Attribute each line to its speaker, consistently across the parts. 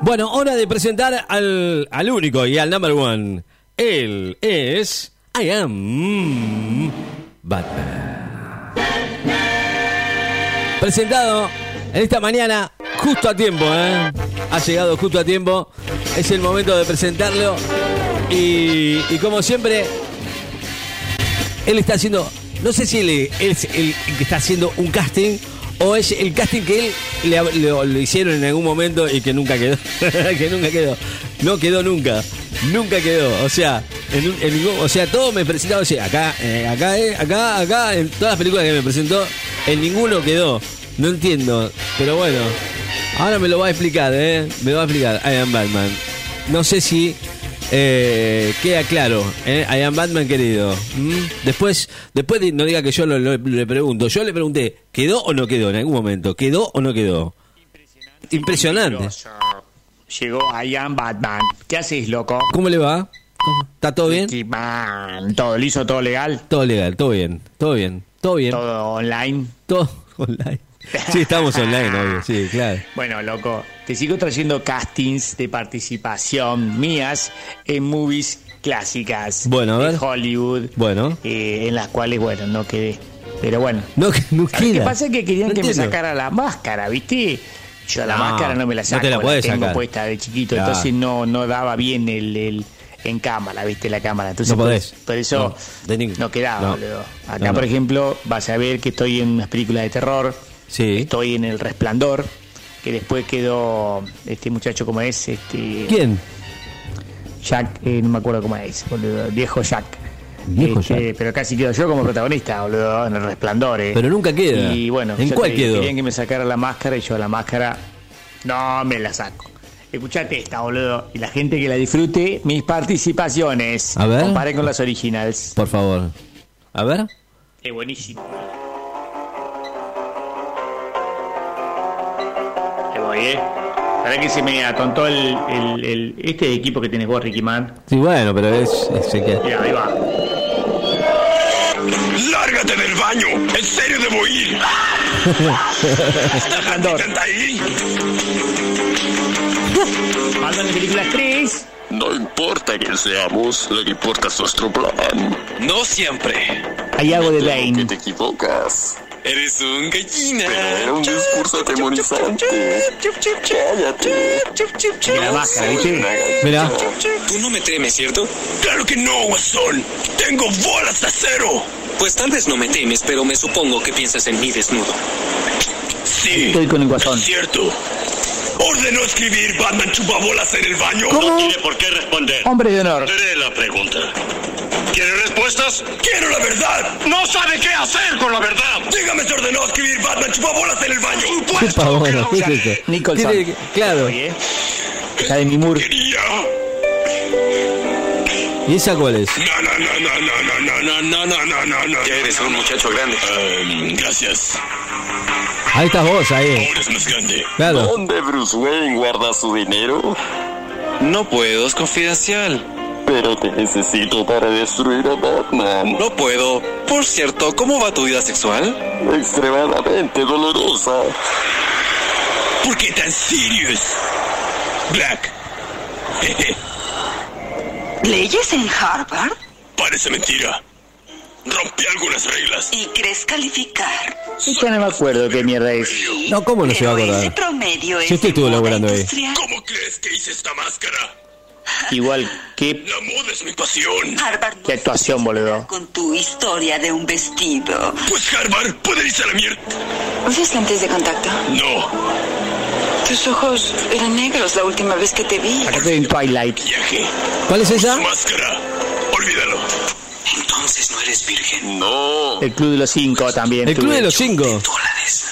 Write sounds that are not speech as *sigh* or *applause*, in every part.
Speaker 1: Bueno, hora de presentar al, al único y al number one. Él es. I am. Batman. Presentado en esta mañana, justo a tiempo, ¿eh? Ha llegado justo a tiempo. Es el momento de presentarlo. Y, y como siempre, él está haciendo. No sé si él es el que está haciendo un casting o es el casting que él le, lo- lo hicieron en algún momento y que nunca quedó. *laughs* que nunca quedó. No quedó nunca. Nunca quedó. O sea, en un- en ningún- o sea, todo me presentaba así. Acá, eh, acá, eh, acá, acá. En todas las películas que me presentó, en ninguno quedó. No entiendo. Pero bueno, ahora me lo va a explicar, ¿eh? Me lo va a explicar. I am Batman. No sé si eh, queda claro, ¿eh? I am Batman querido. ¿Mm? Después, después di- no diga que yo lo- lo- le pregunto. Yo le pregunté, ¿quedó o no quedó en algún momento? ¿Quedó o no quedó? Impresionante.
Speaker 2: Llegó Ian Batman. ¿Qué haces, loco?
Speaker 1: ¿Cómo le va? ¿Cómo? ¿Está todo bien?
Speaker 2: Y man, todo liso, todo legal,
Speaker 1: Todo legal, todo bien, todo bien, todo bien,
Speaker 2: todo online.
Speaker 1: todo *laughs* online. Sí, estamos online, obvio, sí, claro.
Speaker 2: Bueno, loco, te sigo trayendo castings de participación mías en movies clásicas
Speaker 1: Bueno, a
Speaker 2: de
Speaker 1: ver.
Speaker 2: Hollywood,
Speaker 1: Bueno.
Speaker 2: eh, en las cuales, bueno, no quedé. Pero bueno,
Speaker 1: No, no
Speaker 2: ¿sabés
Speaker 1: queda.
Speaker 2: qué pasa? Que querían
Speaker 1: No
Speaker 2: que me
Speaker 1: entiendo.
Speaker 2: sacara la máscara, ¿viste? Yo la
Speaker 1: No,
Speaker 2: máscara no me la
Speaker 1: no
Speaker 2: saco,
Speaker 1: te la podés
Speaker 2: tengo
Speaker 1: sacar.
Speaker 2: puesta de chiquito,
Speaker 1: Claro.
Speaker 2: entonces no, no daba bien el, el- en cámara, ¿viste? La cámara. Entonces,
Speaker 1: No podés.
Speaker 2: Por, por eso
Speaker 1: No, de
Speaker 2: no,
Speaker 1: ningún-
Speaker 2: quedaba,
Speaker 1: no.
Speaker 2: boludo. Acá,
Speaker 1: No, no.
Speaker 2: por ejemplo, vas a ver que estoy en unas películas de terror.
Speaker 1: Sí.
Speaker 2: Estoy en El Resplandor, que después quedó este muchacho como es, este
Speaker 1: ¿Quién?
Speaker 2: Jack, eh, no me acuerdo cómo es, boludo, viejo Jack. Este,
Speaker 1: Viejo Jack.
Speaker 2: Pero casi quedo yo como protagonista, boludo, en El Resplandor. eh.
Speaker 1: Pero nunca queda.
Speaker 2: Y bueno,
Speaker 1: ¿En
Speaker 2: yo
Speaker 1: cuál
Speaker 2: te-
Speaker 1: quedó?
Speaker 2: Querían que me sacara la máscara y yo la máscara no me la saco. Escuchate esta, boludo, y la gente que la disfrute, mis participaciones.
Speaker 1: A ver.
Speaker 2: Comparen con las originales.
Speaker 1: Por favor. A ver.
Speaker 2: Es buenísimo. Te voy, eh. Para que se me atontó el, el, el- este equipo que tienes vos, Ricky Man.
Speaker 1: Sí, bueno, pero es, es el que-
Speaker 2: Mira, ahí va.
Speaker 3: ¡Lárgate del baño! ¡En serio
Speaker 2: *laughs*
Speaker 3: debo ir! ¡La
Speaker 2: Andor.
Speaker 3: gatita está ahí!
Speaker 2: Mandan en películas 3.
Speaker 3: No importa quién seamos, lo que importa es nuestro plan.
Speaker 4: No siempre.
Speaker 2: Ahí hago de
Speaker 3: Creo que
Speaker 2: Bane.
Speaker 3: te equivocas.
Speaker 4: Eres un gallina.
Speaker 3: Pero era un discurso atemorizante. ¡Cállate!
Speaker 2: Y la máscara, ¿viste?
Speaker 1: Mirá.
Speaker 4: Tú no me temes, ¿cierto?
Speaker 3: ¡Claro que no, guasón! ¡Tengo bolas de acero!
Speaker 4: Pues tal vez no me temes, pero me supongo que piensas en mí desnudo.
Speaker 3: Sí,
Speaker 2: Estoy con el guasón.
Speaker 3: cierto. Ordenó escribir Batman chupabolas en el baño.
Speaker 2: ¿Cómo?
Speaker 3: por qué responder.
Speaker 2: Hombre de honor.
Speaker 3: Haré la pregunta. ¿Quiere respuestas? ¡Quiero la verdad! ¡No sabe qué hacer con la verdad! Dígame, se ordenó escribir Batman chupabolas en el
Speaker 1: *laughs*
Speaker 3: baño.
Speaker 1: Qué
Speaker 3: ¡Supuesto!
Speaker 1: pavono, ¿qué es eso?
Speaker 2: Nicholson.
Speaker 1: Tiene que- Claro.
Speaker 2: Oye, eh. Está de mi mur.
Speaker 1: ¿Y esa cuál es?
Speaker 3: No, no, no, no, no, no, no, no, no, no, no, no. Em,
Speaker 4: Ya eres un muchacho grande.
Speaker 3: gracias.
Speaker 1: Ahí estás vos, ahí.
Speaker 3: Ahora es más grande.
Speaker 1: Claro.
Speaker 5: ¿Dónde Bruce Wayne guarda su dinero?
Speaker 4: No puedo, es confidencial.
Speaker 5: Pero te necesito para destruir a Batman.
Speaker 4: No puedo. Por cierto, ¿cómo va tu vida sexual?
Speaker 5: Extremadamente dolorosa.
Speaker 3: ¿Por qué tan serious? Black.
Speaker 6: ¿Leyes en Harvard?
Speaker 3: Parece mentira. Rompí algunas reglas.
Speaker 6: ¿Y crees calificar?
Speaker 2: Ya no me acuerdo qué mierda es.
Speaker 6: Sí,
Speaker 1: No, ¿cómo no se va a
Speaker 6: pero
Speaker 1: acordar?
Speaker 6: Ese promedio es
Speaker 1: Yo estoy
Speaker 6: de
Speaker 1: todo
Speaker 6: moda
Speaker 1: laburando ahí.
Speaker 6: industrial.
Speaker 3: ¿Cómo crees que hice esta máscara?
Speaker 2: Igual, qué,
Speaker 3: La moda es mi pasión.
Speaker 6: Harvard no
Speaker 2: qué actuación, boludo.
Speaker 6: con tu historia de un vestido.
Speaker 3: Pues Harvard, puede irse a la mierda.
Speaker 7: ¿Usas lentes de contacto?
Speaker 3: No,
Speaker 7: Tus ojos eran negros la última vez que te vi.
Speaker 2: Acá estoy en Twilight.
Speaker 3: viaje.
Speaker 1: ¿Cuál es esa?
Speaker 3: Su máscara. Olvídalo.
Speaker 4: ¿Ah? Entonces no eres virgen.
Speaker 5: No,
Speaker 2: El Club de los Cinco también.
Speaker 1: El Club
Speaker 2: tuve.
Speaker 1: de los Cinco.
Speaker 4: Dólares.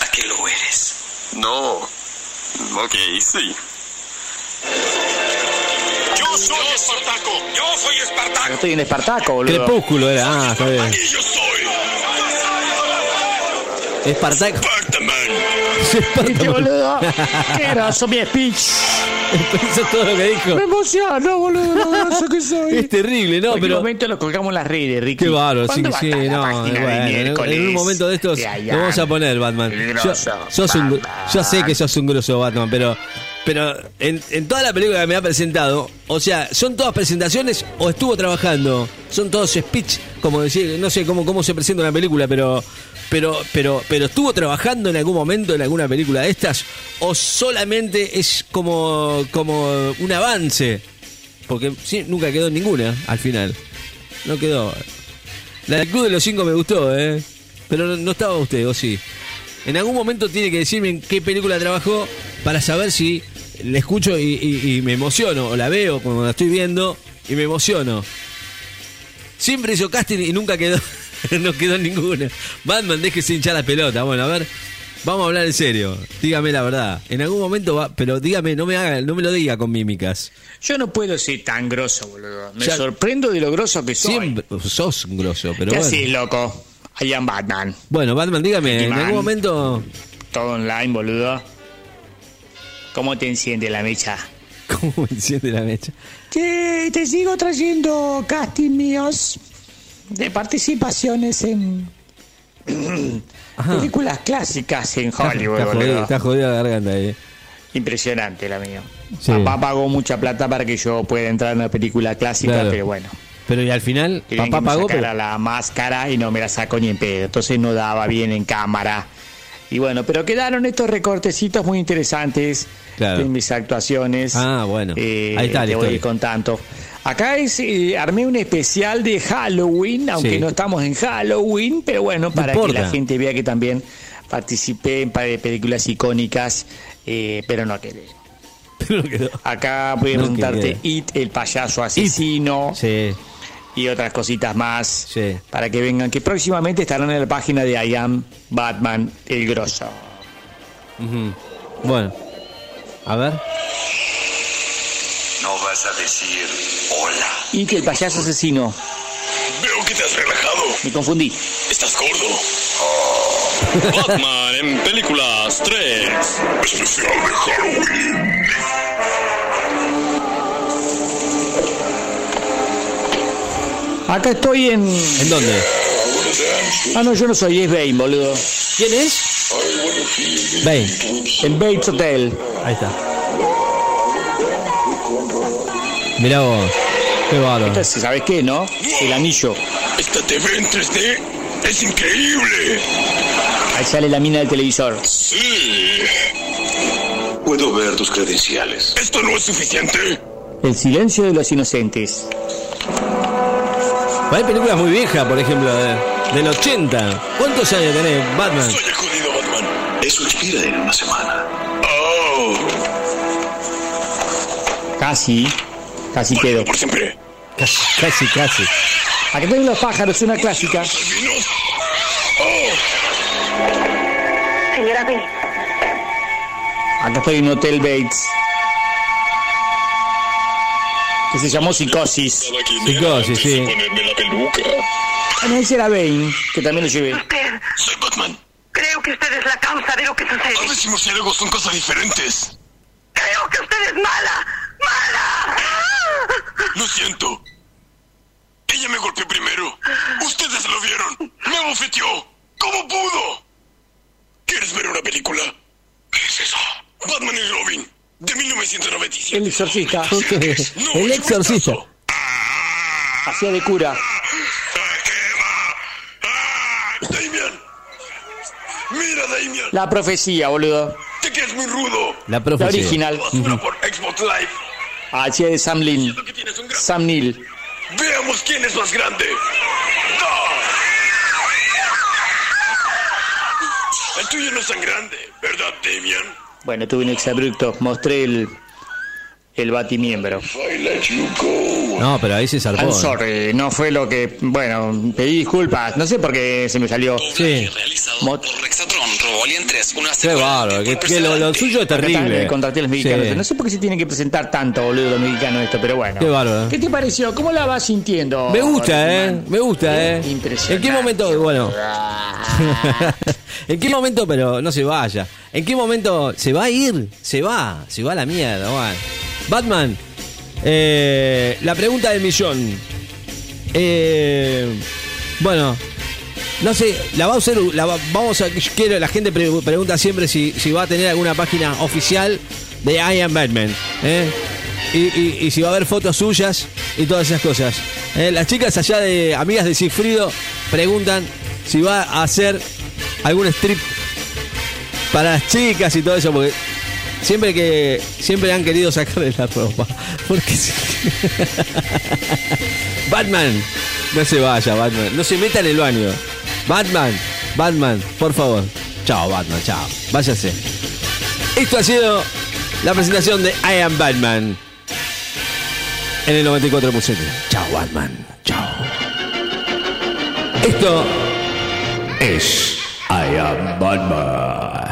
Speaker 4: ¿A qué lo eres?
Speaker 5: no. Ok, sí.
Speaker 3: Yo soy Espartaco. Yo soy
Speaker 2: Acá
Speaker 3: Espartaco.
Speaker 2: estoy en Espartaco, boludo.
Speaker 1: Crepúsculo era. Ah, está bien.
Speaker 3: Y yo soy
Speaker 1: *laughs* Espartaco.
Speaker 3: Spartaman.
Speaker 1: *laughs*
Speaker 2: Este
Speaker 1: Espartaco.
Speaker 2: boludo. Qué groso mi speech.
Speaker 1: Eso es todo lo que dijo.
Speaker 2: Me emociono, boludo, lo groso que soy.
Speaker 1: Es terrible, *laughs* ¿no?
Speaker 2: en un
Speaker 1: Pero
Speaker 2: momento lo colgamos en las redes, Ricky.
Speaker 1: qué bárbaro. Sí,
Speaker 2: ¿Cuándo va a
Speaker 1: sí,
Speaker 2: estar la
Speaker 1: no.
Speaker 2: página de
Speaker 1: bueno, en-
Speaker 2: miércoles?
Speaker 1: en un momento de estos
Speaker 2: De
Speaker 1: lo
Speaker 2: allá.
Speaker 1: vamos a poner, Batman.
Speaker 2: El
Speaker 1: Yo,
Speaker 2: grosso,
Speaker 1: sos un, gru-
Speaker 2: Batman.
Speaker 1: yo sé que sos un grosso, Batman, pero Pero en, en toda la película que me ha presentado, o sea, ¿son todas presentaciones o estuvo trabajando? ¿Son todos speech? Como decir, no sé cómo, cómo se presenta una película, pero, pero, pero, pero ¿estuvo trabajando en algún momento en alguna película de estas? ¿O solamente es como, como un avance? Porque sí, nunca quedó en ninguna al final. No quedó. La del Club de los Cinco me gustó, ¿eh? Pero no- no estaba usted, ¿o sí? En algún momento tiene que decirme en qué película trabajó para saber si la escucho y, y- y me emociono, o la veo cuando la estoy viendo y me emociono. Siempre hizo casting y nunca quedó, *laughs* no quedó ninguna. Batman, déjese hinchar la pelota. Bueno, a ver, vamos a hablar en serio. Dígame la verdad. En algún momento va, pero dígame, no me haga, no me lo diga con mímicas.
Speaker 2: Yo no puedo ser tan grosso, boludo. Me
Speaker 1: Ya-
Speaker 2: sorprendo de lo grosso que soy.
Speaker 1: Siempre sos un grosso, pero
Speaker 2: ¿Qué
Speaker 1: bueno.
Speaker 2: haces, loco? I am Batman.
Speaker 1: Bueno, Batman, dígame, en
Speaker 2: Batman.
Speaker 1: algún momento
Speaker 2: Todo online, boludo. ¿Cómo te enciende la mecha?
Speaker 1: *laughs* ¿Cómo enciende la mecha?
Speaker 2: Che, te sigo trayendo casting míos de participaciones en
Speaker 1: Ajá.
Speaker 2: películas clásicas en Hollywood,
Speaker 1: Está jodida,
Speaker 2: boludo.
Speaker 1: está jodida la garganta ahí. eh.
Speaker 2: Impresionante la mía.
Speaker 1: Sí.
Speaker 2: Papá pagó mucha plata para que yo pueda entrar en una película clásica,
Speaker 1: Claro.
Speaker 2: pero bueno.
Speaker 1: Pero y al final,
Speaker 2: Querían
Speaker 1: papá
Speaker 2: que me
Speaker 1: pagó.
Speaker 2: sacara
Speaker 1: pero-
Speaker 2: la máscara y no me la sacó ni en pedo. Entonces no daba bien en cámara. Y bueno, pero quedaron estos recortecitos muy interesantes
Speaker 1: Claro.
Speaker 2: de mis actuaciones.
Speaker 1: Ah, bueno.
Speaker 2: Eh,
Speaker 1: Ahí está la
Speaker 2: Te voy a ir
Speaker 1: historia.
Speaker 2: con tanto. Acá es, eh, armé un especial de Halloween, aunque
Speaker 1: Sí.
Speaker 2: no estamos en Halloween, pero bueno, para que
Speaker 1: importa.
Speaker 2: la gente vea que también participé en pa- de películas icónicas, eh, pero no quedé.
Speaker 1: *laughs* pero no quedó.
Speaker 2: Acá voy a
Speaker 1: No
Speaker 2: preguntarte
Speaker 1: quedé.
Speaker 2: It, el payaso asesino
Speaker 1: Sí,
Speaker 2: y otras cositas más
Speaker 1: Sí.
Speaker 2: para que vengan, que próximamente estarán en la página de I Am Batman el Grosso.
Speaker 1: bueno. A ver.
Speaker 3: No vas a decir hola.
Speaker 2: Y que el payaso asesino,
Speaker 3: Veo que te has relajado.
Speaker 2: me confundí.
Speaker 3: Estás gordo. Batman en películas 3. Especial de Halloween.
Speaker 2: Acá estoy en...
Speaker 1: ¿En dónde?
Speaker 2: Ah, no, yo no soy, es Bane, boludo.
Speaker 1: ¿Quién es? Bane.
Speaker 2: En Bates Hotel.
Speaker 1: Ahí está. Mirá vos. Qué bárbaro.
Speaker 2: Entonces, ¿sabes qué, no? El anillo.
Speaker 3: Esta TV en 3D es increíble.
Speaker 2: Ahí sale la mina del televisor.
Speaker 3: Sí.
Speaker 5: Puedo ver tus credenciales.
Speaker 3: ¿Esto no es suficiente?
Speaker 2: El silencio de los inocentes.
Speaker 1: Hay películas muy viejas, por ejemplo, de- del 80. ¿Cuántos años tenés, Batman?
Speaker 3: Soy acudido, Batman.
Speaker 5: Eso expira en una semana.
Speaker 3: Oh.
Speaker 2: Casi. Casi
Speaker 3: Bueno,
Speaker 2: quedo.
Speaker 3: por siempre.
Speaker 1: Casi, casi, casi.
Speaker 2: Acá tengo los pájaros, una clásica.
Speaker 3: Albinos. Oh.
Speaker 6: Señora B,
Speaker 2: Acá estoy en Hotel Bates. Que se llamó Psicosis.
Speaker 3: Cada quien
Speaker 1: Sí,
Speaker 3: era
Speaker 1: sí,
Speaker 3: antes
Speaker 1: sí.
Speaker 3: de ponerme la peluca.
Speaker 2: Ah, ese era Bane, que también lo llevé.
Speaker 6: usted,
Speaker 3: Soy Batman.
Speaker 6: creo que usted es la causa de lo que sucede.
Speaker 3: Aves y murciélagos son cosas diferentes.
Speaker 6: Creo que usted es mala, mala.
Speaker 3: Lo siento. Ella me golpeó primero. Ustedes lo vieron. Me bofeteó. ¿Cómo pudo? ¿Quieres ver una película? ¿Qué es eso? Batman y Robin, de 1997.
Speaker 2: El exorcista.
Speaker 3: No,
Speaker 1: El
Speaker 3: es un
Speaker 1: exorcista.
Speaker 3: caso. Ah,
Speaker 2: Hacía de cura.
Speaker 3: ¿A qué va? ¡Ah! Damian. Mira, Damian.
Speaker 2: La profecía, boludo.
Speaker 3: Te quedas muy rudo.
Speaker 1: La
Speaker 2: La
Speaker 1: profecía.
Speaker 2: original.
Speaker 3: Basura por Xbox Live.
Speaker 2: Hacía de Sam Lin.
Speaker 3: Lo que tienes un gran...
Speaker 2: Sam Neill.
Speaker 3: Veamos quién es más grande. ¡No! El tuyo no es tan grande, ¿verdad, Damian?
Speaker 2: Bueno, tuve un exabrupto. Mostré el. el batimiembro.
Speaker 3: I let you go.
Speaker 1: No, pero ahí se zarpó.
Speaker 2: I'm
Speaker 1: ¿eh?
Speaker 2: sorry, no fue lo que. Bueno, pedí disculpas. No sé por qué se me salió.
Speaker 1: Sí.
Speaker 4: Realizado
Speaker 2: Mot-
Speaker 4: por Rexatron, Robolien 3, una
Speaker 1: Qué
Speaker 4: secuela
Speaker 1: bárbaro,
Speaker 4: del
Speaker 1: que,
Speaker 4: tiempo
Speaker 1: que lo, lo
Speaker 4: precedente.
Speaker 1: suyo es
Speaker 2: Terrible.
Speaker 1: terrible.
Speaker 2: Contraté a los mexicanos.
Speaker 1: Sí.
Speaker 2: No sé por qué se tienen que presentar tanto, boludo, los mexicanos esto, pero bueno.
Speaker 1: Qué bárbaro.
Speaker 2: ¿Qué te pareció? ¿Cómo la vas sintiendo?
Speaker 1: Me gusta, eh,
Speaker 2: Rickman?
Speaker 1: me gusta, eh.
Speaker 2: Impresionante.
Speaker 1: ¿En qué momento,
Speaker 2: *laughs*
Speaker 1: bueno? *laughs* ¿En qué momento, pero no se vaya? ¿En qué momento se va a ir? Se va, se va a la mierda, man. Batman, eh, la pregunta del millón. Eh, bueno, no sé, la va a usar, la va- vamos a, quiero, la gente pre- pregunta siempre si, si va a tener alguna página oficial de I Am Batman. ¿eh? Y, y- y si va a haber fotos suyas y todas esas cosas. ¿eh? Las chicas allá de Amigas de Cifrido preguntan si va a hacer algún strip para las chicas y todo eso, porque siempre que siempre han querido sacarle la ropa. *laughs* Porque se- Batman, no se vaya, Batman, no se meta en el baño. Batman, Batman, por favor. Chao, Batman, chao. Váyase. Esto ha sido la presentación de I Am Batman en el 94.7. Chao, Batman. Chao. Esto es I Am Batman.